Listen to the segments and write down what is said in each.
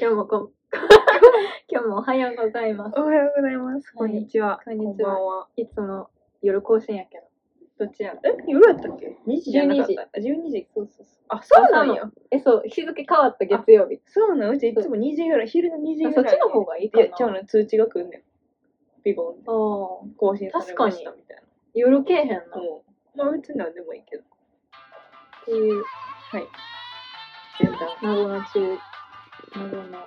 今日もこ、 今日もおはようございます。おはようございます。はこいんにちは。こんにちはこんばんは。いつも夜更新やけど。どっちやろえ、夜やったっけ ?2 時じゃなかった。あ12時。そうそうそう。あ、そうなんや。え、そう、日付変わった月曜日。そうなんうちいつも2時ぐらい、昼の2時ぐらい。そっちの方がいいいかや、な。今日の通知が来んねん。ビボン。ああ。更新されましたみたいな。夜けえへんな。っもう、まあ別になんでもいいけど。ていうはい。全然。謎の中、謎の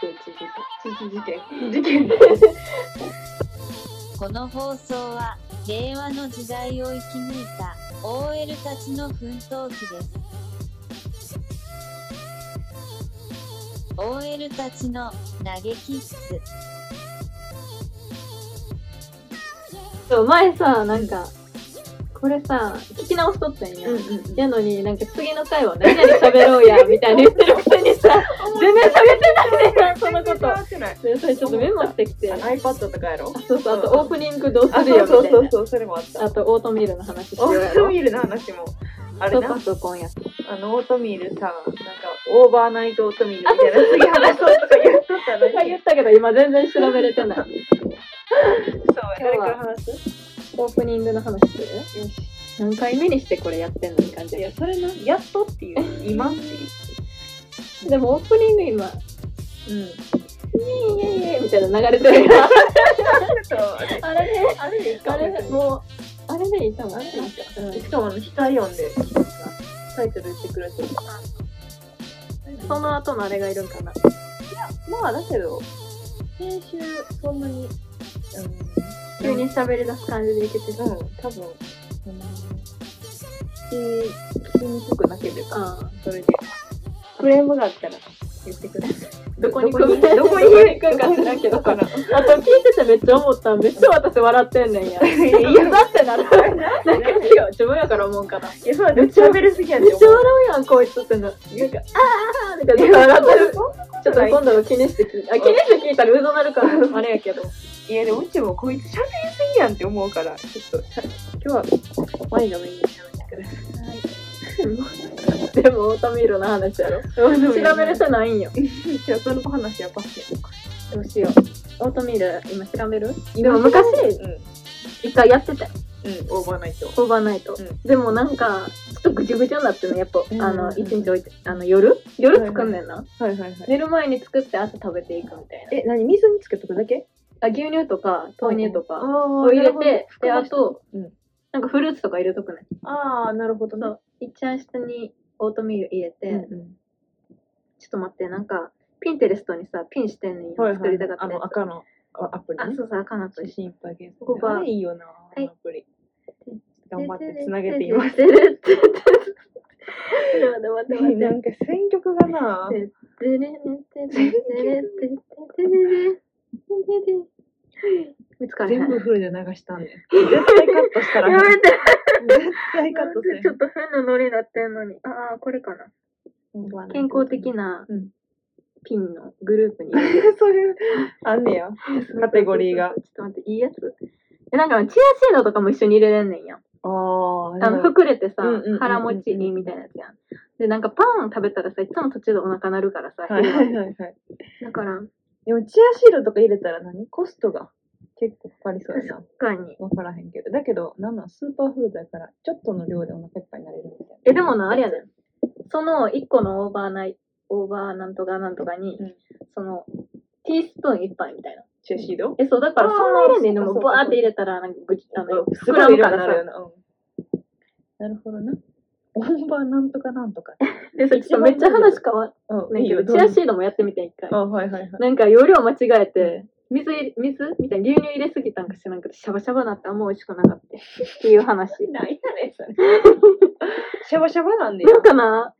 通知事通知事件。事件です。この放送は令和の時代を生き抜いた OL たちの奮闘記です OL たちの嘆き室そう、前さ、なんか、これさ、聞き直しとったんや。うんうん。やのになんか次の回は何々喋ろうや、みたいに言ってるくせに さ、全然喋ってないねん、そのこと。ってない。でそれちょっとメモしてきて。あ iPad とかやろそうそう、あとオープニングどうすあ、るよそみたいうそなうそうそう、それもあった。あとオートミールの話しよオうやートろ。ミールの話も。あれとな。パソコンやって。あの、オートミールさ、なんか、オーバーナイトオートミールみたいな、次話そうとか言っとったのに。言ったけど今全然調べれて ない。そう、誰から話すよオープニングの話するし。何回目にしてこれやってんのって感じいやや、それな、やっとっていう、今っていけどでもオープニング今、う。うん。イエイイエイイエイみたいな流れてるやんちょっと、 あれ、あれね、あれでいいかあれねもう、あれでいいかも。あれでいいかうんしかも、あの、下読んで、タイトル言ってくれてる。その後のあれがいるんかな。まあ、だけど、先週、そんなに、うん、急に喋り出す感じでいけてる。うん、多分、うん、気、気にくくなければ、あそれで、クレームがあったら言ってください。どこにどこにどどここにに行くんか知らんけどだから、あと聞いててめっちゃ思ったんめっちゃ私笑ってんねんや。いやいやだってなる。なんか違う。自分やから思うんかな。いや、そうだ、めっちゃ喋りすぎやめで。っちゃ笑うやん、こいつってな。なんか、あーあーみたいな笑ってる。ちょっと今度は気にして聞い あ、気にして聞いたらうぞなるから、あれやけど。いや、でもうちもこいつ喋りすぎやんって思うから、ちょっと、今日は、ワイのメインに喋ってくださでも、オートミールの話やろ。い。調べれてないんよ。い。じゃあ、その話やパスやどうしよう。オートミール、今調べるでも昔、うん、うん、一回やってたよオーバーナイト。オーバーナイト。うんでもなんか、ちょっとぐちゃぐちゃになってね、やっぱ、うんあの、一日置いて、あの、夜夜作んねんな。はいはいはい。寝る前に作って朝食べていくみたいな。え、何水につけとくだけあ牛乳とか豆乳とかをを入れて、で、あ、と、うんなんかフルーツとか入れとくね。あー、なるほどね。そう一番下にオートミール入れて、うんちょうんっと待って、なんか、ピンテレストにさ、ピンしてんねんよ、はいはい作りたかったあやつの、赤のあアプリあ、ね。そうそう、赤のと写一真いっぱい検ここ索。があれいいよな、あいのアプリ。頑張ってつなげていま。ますてるってって待って待って待って待ってす。なんか選曲が な、てれれてれてれてれてれれてれ見つかれへん全部フルで流した んで。絶対カットしたらやあかん、めて絶対カットせえへんちょっと変なノリになってんのに。ああ、これかな。健康的な。なうん。ピンのグループに。 そういう、あんねや。 カテゴリーちがょっと待って、いいやつ。え、なんかチアシードとかも一緒に入れれんねんや。あーあの、膨れてさうんうんうんうんう、ん腹持ちいいみたいなやつやん。で、なんかパン食べたらさ、いつも途中でお腹鳴るからさ、はいはいはいはい。だから、でも、チアシードとか入れたら何コストが結構かかりそうやな。確かに。わからへんけど。だけど、なんなんスーパーフードやから、ちょっとの量でお腹いっぱいになれるみたいえ、でもな、あれやねん。その1個のオーバーナイオーバーなんとかなんとかに、うんその、ティースプーン1杯みたいな。な。チアシードえ、そう、だからあーそんな入れんねんでそも、うかそうかバーって入れたら、なんかぐち、あの、す膨ごらむい量にかならるさ。よな。うんなるほどな。オーバーなんとかなん とか。で、それちょっとめっちゃ話変わんうねんけど、チアーシードもやってみてん一回ド。あ、はいはいはい。なんか容量間違えて、水入れ、水みたいな牛乳入れすぎたんか知らんけど、シャバシャバなってあんま美味しくなかっ た。っていう話。ないやねん、それ。シャバシャバなんでよなん。かな、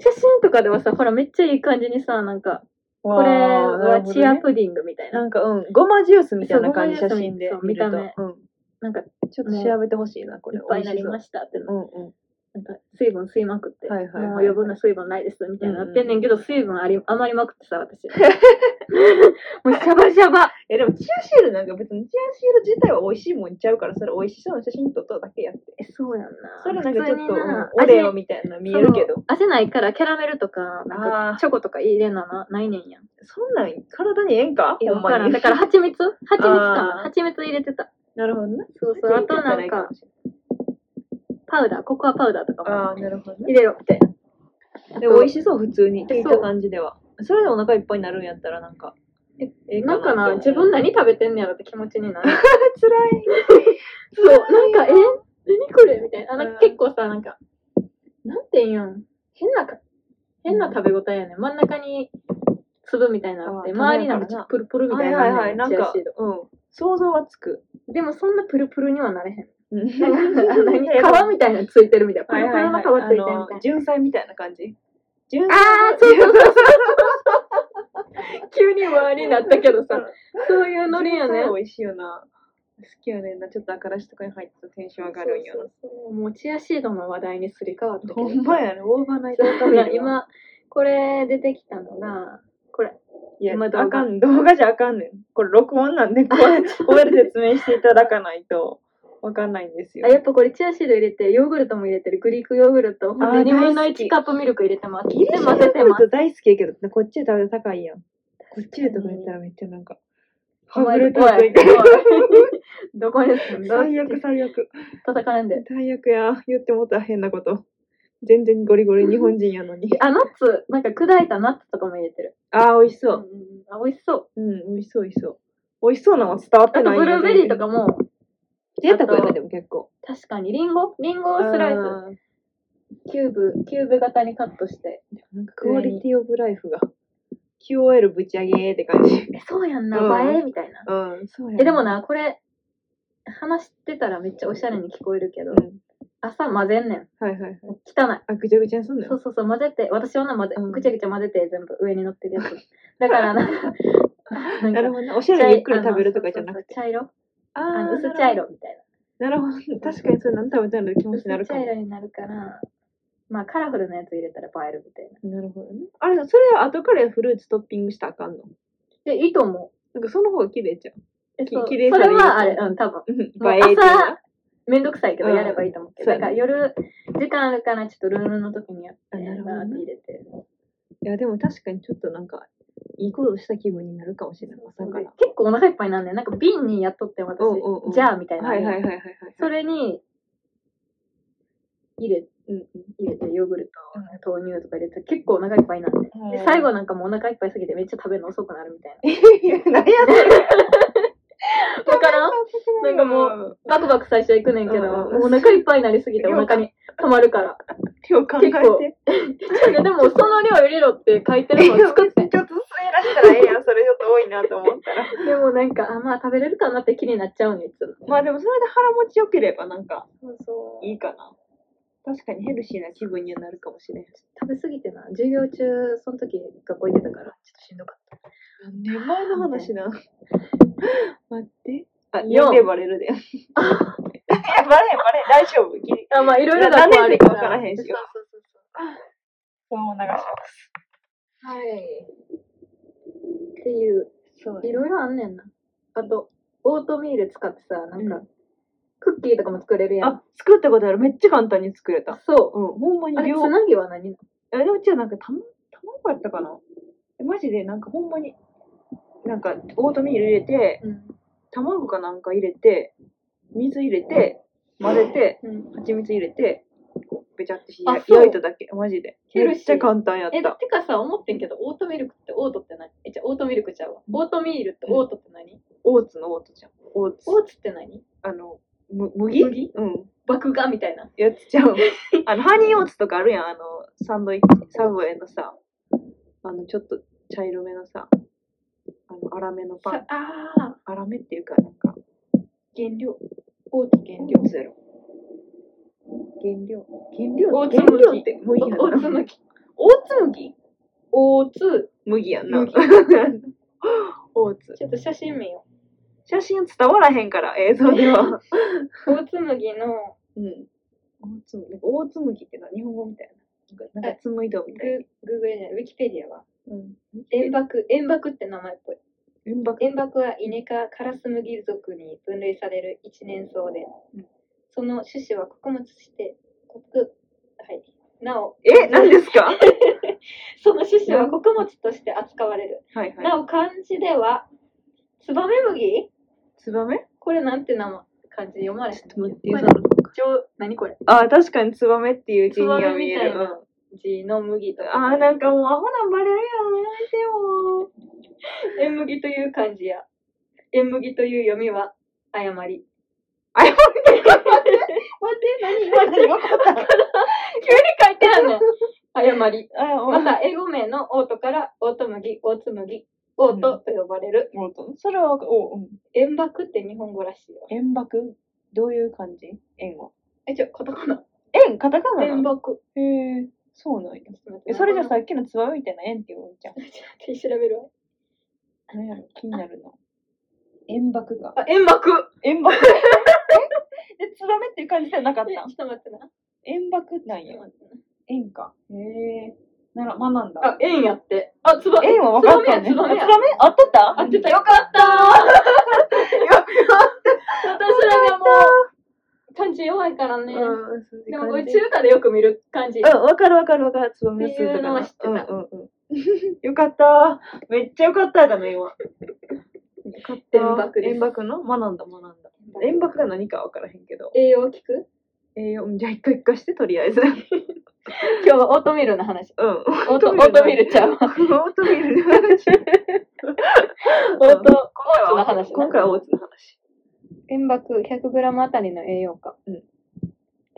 写真とかではさ、ほらめっちゃいい感じにさ、なんか、これはチアプディングみたいな。なんかうん、ごまジュースみたいな感じそう写ごまジュース真でそう見ると。見た目うん。なんか、いっちょっと調べてほしいな、これ。ぱいになりましたってな。美味しそう。うんうん。なんか水分吸いまくって、はいはいはいはいもう余分な水分ないですみたいになってんねんけど、水分あり余りまくってさ、 私。 もうシャバシャバ。え、でもチアシールなんか別にチアシール自体は美味しいもんちゃうから、それ美味しそうな写真撮っただけやって。えそうやんな。それなんかちょっと、普通うになんオレオ味みたいなの見えるけそどう。汗ないからキャラメルとか、なんあかーチョコとか入れんのなないねんやん。そんなん体にええんかいや、ほわかんまらん。にだ。から蜂蜜蜂蜜かあ。ー蜂蜜入れてた。なるほどね。そうそう。あとなんか、パウダー、ココアパウダーとかもああ、なるほどね入。れろ、みたいな。で、美味しそう、普通に。そう聞いた感じでは。それでお腹いっぱいになるんやったら、なんか、え、ええなんかな、自分何食べてんねやろって気持ちにな る。つらい。 そう、なんか、え何これみたいな。あなんうんか結構さ、なんか、なんていうん変なか、変な食べ応えやねん。真ん中に粒みたいなのあって、あ周りなん種やからかなプルプルみはたいいなはいのはやねい、んなんチアかシード、うん。想像はつく。でもそんなプルプルにはなれへん。 うん。なんか何皮みたいなのついてるみたいな。プはいルはいプルのはい。皮ついてるみたいなあの。純菜みたいな感じ。純あー、そうそうそう そう。急に周りになったけどさ、そういうノリやね。美味しいよな。好きよねんな。ちょっと新しいとかに入ったらテンション上がるんよな。そうそうそうもうチアシードの話題にすり替わったけど。ほんまやね。オーバーナイトオートミール今、。今これ出てきたのが、これ。いや、今動画あかん。動画じゃあかんねん。これ録音なんで、こうやって こうやって説明していただかないとわかんないんですよあ、。やっぱこれチアシード入れて、ヨーグルトも入れてる、グリークヨーグルト、ほんであー2分の1大好きカップミルク入れてます。ギリシで、ャ混ぜてヨーまグルす。ト大好きやけど、こっちで食べたら高いやん。こっちでとか言ったらめっちゃなんか、おは前ぐどこれたとやか言ってる。どこですか 最悪最悪。叩かれんで。最悪や。言ってもった変なこと。全然ゴリゴリ日本人や のに。あ、ナッツ、なんか砕いたナッツとかも入れてる。ああ、美味しそんう。んんあ、美味しそう。うん、美味しそう、美味しそう。美味しそうなの伝わっあてと、ないブルーベリーとか。かも、贅沢やあとね、でも結構。確かに、リンゴリンゴをスライス。イキューブ、キューブ型にカットして。ス。なんかクオリティオブライフが。QOL ぶち上げーって感じ。え、そうやんな、うん映えみたいな。うん、そうや。え、でも。な、これ、話してたらめっちゃおしゃれに聞こえるけどう、ん。朝混ぜんねん。はいはいはい。汚い。あ、ぐちゃぐちゃにすんのそうよ。そうそう、混ぜて、私はな、混ぜ、うんぐちゃぐちゃ混ぜて、全部上に乗ってるやつ。だからな、 なんなかるほどね。おしゃれにゆっくり食べるとかじゃなくて。て。あのそうそうそう茶色ああのー薄茶。色みたいなるほどね。確かにそれ何食べたいのって気持ちにな。な薄るか茶も。色になるから、まあカラフルなやつ入れたら映えるみたいな。なるほどね。あれ、それは後からフルーツトッピングしたらあかんので、いいと思う。なんかその方が綺麗じゃん。えきそう綺麗そさでれ言うとはあれ、うん、多分。うん。映えもうっていうの朝、めんどくさいけどやればいいと思うけど。うだんから夜、時間あるからちょっとルンルンの時にやって、あなるほどバねーって入れて。いや、でも確かにちょっとなんか、いいことした気分になるかもしれない。朝から。結構お腹いっぱいなんねんなんか瓶にやっとってん私うんうんうんじゃあみたいな、はいはいはいはいはい。そ、れに入れうんうん。入れてヨーグルト豆乳とか入れて結構お腹いっぱいなんねんで最後なんかもうお腹いっぱいすぎてめっちゃ食べるの遅くなるみたい いや、何やそれ。なだからんなんかもう、バクバク最初は行くねんけど、うんうんもうお腹いっぱいになりすぎてお腹に溜まるから今日考えて。いやでもその量入れろって書いてちるょっのとを作ってんずつ減らしたらええやん。それちょっと多いなと思ったら。でもなんかあまあ食べれるかなって気になっちゃうねいつもまあでもそれで腹持ちよければなんか、そうそういいかな。確かにヘルシーな気分にはなるかもしれん。食べ過ぎてな授業中その時学校行ってたからちょっとしんどかった何年前の話な。待って。あ、よ年齢バレ るで。いや、バレんバレん。大丈夫。ギリあ、まあ、いろいろ何年あ生るか分からへんしそうそうそうそそう流します。う。はい。っていう、そういろいろあんねんな。あと、オートミール使ってさ、なんか、うクッキーとかも作れるやん。あ、作ったことある。めっちゃ簡単に作れた。そう。うん、ほんまにあれ、量。つなぎは何あれ、でもうちはなんか、たま、卵やったかなえマジで、なんかほんまに、なんか、オートミール入れて、うん。卵かなんか入れて、水入れて、混ぜて、うん。蜂蜜入れて、こう、べちゃってしあやそう焼いただけ。マジで。ヘルめっシーちゃ簡単やっえ、た。てかさ、思ってんけど、オートミルクってオートって何え、じゃあオートミルクちゃうわ。オートミールってオートって何、オーツのオートじゃん。オーツ。オーツって何あの、む麦麦うん。麦芽みたいな。やっちゃう。あの、ハニーオーツとかあるやん。あの、サンドイッチ、サブウェイのさ、あの、ちょっと茶色めのさ、あの、粗めのパンさ。あー、粗めっていうか、なんか、原料。オーツ原料。ゼロ。原料。原大料粒原麦料って麦やな。オーツ麦。大粒麦オーツ。麦やんな麦。 大粒。ちょっと写真見よ写真伝わらへんから、映像では。う。オーツ麦の、うん。大つむ、なんか大つむぎってな、日本語みたいな。なんかなんかつむいどみたいググーグルじゃない、ウィキペディアは。な。うん。塩爆、塩爆って名前っぽい。円爆。塩爆はイネ科カラスムギ属に分類される一年草で、うんその種子は穀物として、穀、はい。なお、え、何ですかはいその種子は穀物として扱われる。はい。なお、漢字では、ツバメ麦ツバメこれなんて名前漢字読まれへん待ってこよれ上何これあー、確かにツバメっていう字には見える。ツバメみたいな字の麦とあー、か、なんかもうアホなんバレるやん。やめてよ塩麦という漢字や、塩麦という読みは、誤り。待って、何今何分かった書いてあるの。誤り。 あー、ままた。た、英語名のオートから、オート麦、オーツ麦、オートと呼ばれる。もうそれはわか、お、うん。塩爆って日本語らしいよ。円爆どういう感じ円は。え、ちょ、カタカナ。円カタカナな塩の爆。へえ、そうなんや。え、それじゃさっきのツバメみたいな円って言うんじゃん。ちょっと待って調べるわ。何やろ気になるな。円爆が。あ、塩爆 円爆ええ、ツバメっていう感じじゃなかっえちたょんっと待ってな。ち円爆なんょっやと。待って円か。へえ。なら、学んな。あ、塩やって。あ、つば。円は分かったね。つばめやあツバメ合っとった合ってた。よか ったー私らがもう、漢字弱いからね。うん、でもこれ中華でよく見る感じ。うん、わかるわかるわかる。つばめっていうのは知ってたうんうんうん。よかった。めっちゃよかっただね、 今。よかった。円爆です円爆の学んだ、学んだ。円爆が何か分からへんけど。栄養聞く栄養、うんじゃあ一個一個して、とりあえ ず。うん。今日はオートミールの話。オオートオートミールちゃうわ。オートミールの話。オートコーツの話な。今回はオーツの話。塩爆 100g あたりの栄養価。うん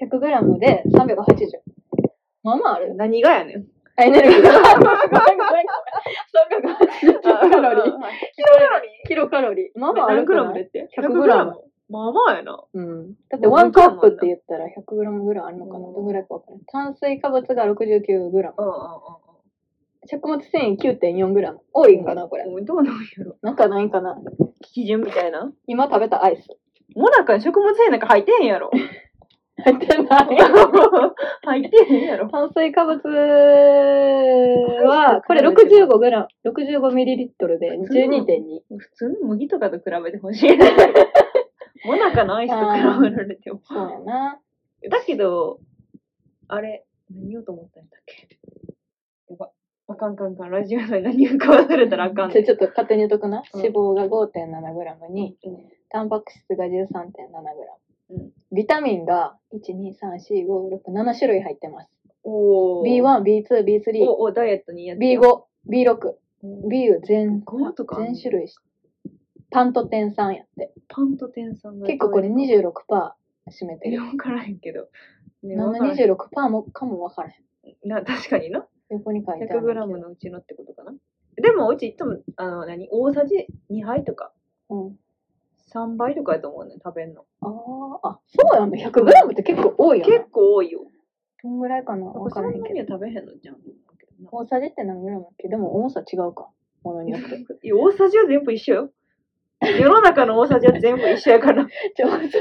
100g で380。まあまあある。何がやねん。あ エネルギーが。380キロカロリー。キロカロリー。まあまあある 何くグラムなでいって100 100ググララムム。まあまあやな。うん。だってワンカップって言ったら 100g ぐらいあるのかなうんどんぐらいかわからない。炭水化物が 69g。うんうん食物繊維 9.4g。多いんかなこれ。うん。どうなんやろ。なんかないんかな基準みたいな。今食べたアイス。もなかに食物繊維なんか入ってへんやろ。入ってない 入ってへんやろ。炭水化物は、これ 65g、65ml で12.2。普通の麦とかと比べてほしい。 もなかのアイスと比べられても。そうやな。だけど、あれ、何言おうと思ったんだっけやば。あかんあかんあかん。ラジオ内何言うか忘れたらあかん、それね。ちょっと勝手に言っとくな。うん脂肪が 5.7g に、うんタンパク質が 13.7g。うんビタミンが1、2、3、4、5、6、7種類入ってます。おー。 B1、B2、B3、おおダイエットにやって。 B5、B6、B を全、 5とかあんの全種類し。パントテン酸やって。パンと天さんが。結構これ26%占めてえ、る。分からへんけど。ねなんわでからへん26%もかもわからへん。な、確かにな。横に書いてある。 100グラムのうちのってことかな。でも、うちいつも、あの、何大さじ2杯とか、うん。 3杯とかやと思うね、食べんの。あーあ、そうやんだ。100グラムって結構多いよね結。構多いよ。どんぐらいかなわそからへんんなけにど。は食べへんのじゃん。大さじって何グラムだっけでも重さ違うか。ものによっ て。いや大さじは全部一緒よ。世の中の大さじは全部一緒やから。じゃあ大さ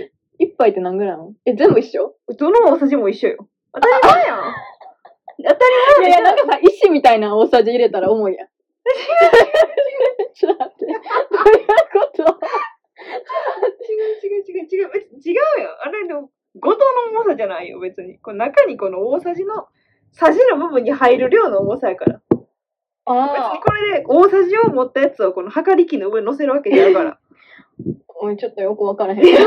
じ、一杯って何グラムえ、全部一緒どの大さじも一緒よ。当たり前やん。当たりいやいや、なんかさ、石みたいな大さじ入れたら重い やん。ちょっと待って。どういうこと違う違う違う違う。別に違うよ。あれでも、ごとの重さじゃないよ、別に。この中にこの大さじの、さじの部分に入る量の重さやから。別にああ。これで大さじを持ったやつをこの測り器の上に乗せるわけじゃない から。おい、ちょっとよくわからへん。いや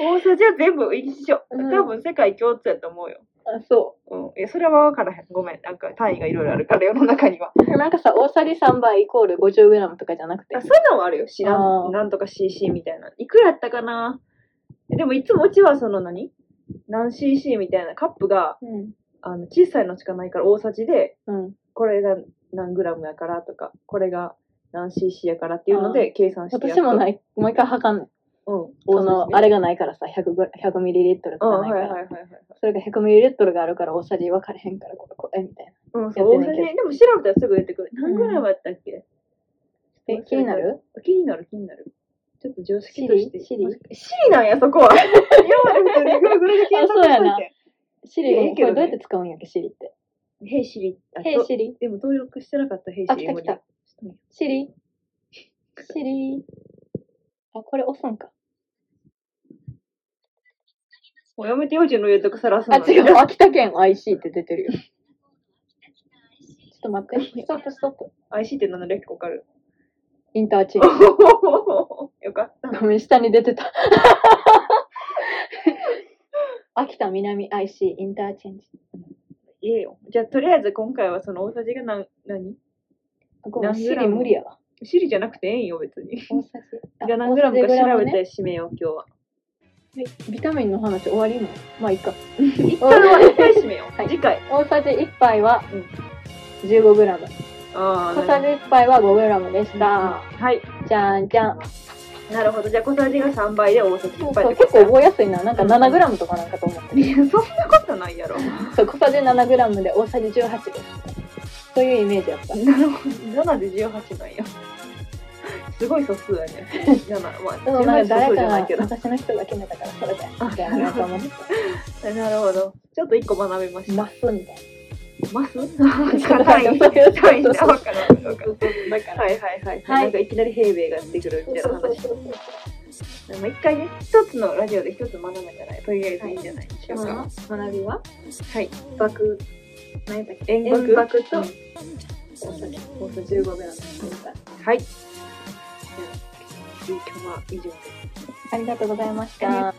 大さじは全部一緒。うん多分世界共通やと思うよ。あそうん。いや、それは分からへん。ごめん。なんか単位がいろいろあるから、世の中には。う。なんかさ、大さじ3倍イコール50グラムとかじゃなくて あ。そういうのもあるよ。知らあーん。なんとか CC みたいな。いくらやったかなでもいつもうちはその何何 CC みたいなカップがうん。あの小さいのしかないから大さじで、うん。これが何グラムやからとか、これが何 CC やからっていうので計算してやっ。私もないい、毎回測んない。うん。その、あれれがないからさ、100グラ100ミリリットルうとん、かはないいかはいら。はいはいはい。それが100ミリリットルがあるから大さじ分かれへんから、これ、これ、みたいな。うん、そう、大やっさてじ。ないでも調べたらすぐ出てくる。何グラムやったっけえ、気になる気になる気になる。ちょっと常識シとしリて。シリシリなんや、そこは。今まで 普通にグルグルで検索あそうしやといなて。シリがいいけこどれどねうやって使うんやっけ、シリって。ヘイシリ。あヘイシリ。でも登録してなかった、兵士あ、来た来た。シリ。シリ。あ、これ押すんか。もうやめてよ、自分の言うとくさらすの。あ、違う。秋田県 IC って出てるよ。ちょっと待って。ストップストップ。 IC って何の略かわ かる。インターチェンよかった。ジ。ごめん、下に出てた。秋田南 IC インターチェンジ。いえよ。じゃあ、とりあえず今回はその大さじが何、何あごめん、何シグラリム無理やわ。シリじゃなくてええんよ、別に。大さじ。じゃあ何グラムか大さじ調べねて締めよう、今日は。はいビタミンの話終わりのまあいいか。一回は一回締めよう。はい次回。大さじ1杯はうん 15g。あ小ーさじ1杯は 5g でした。はい。じゃんじゃん。なるほど。じゃあ、小さじが3倍で大さじそ1う杯そうってこ結と構覚えやすいな。なんか 7g とかなんかと思って。いや、そんなことないやろ。そう小さじ 7g で大さじ18です。というイメージやった。なるほど。7で18なんや。すごい素数やね。7。まあ、でもなんか誰18素数じかゃないがけど。私の人が決めたからそれであ。じゃあなと思って。なるほど。ちょっと一個学べました。ますみたいますな。硬い。そういう硬いそうな。そうわかるわかるわかる。だから。はいはいはい。はいなんかいきなり平米が出てくるみたいな話。まあ一回ね、一つのラジオで一つ学ぶんじゃないとりあえずいいんじゃないでしょうか。学びははい。爆、何だっけ遠遠隔。爆と、うん大さじ、大さじ15グラムはい。じゃあ今日は以上です。ありがとうございました。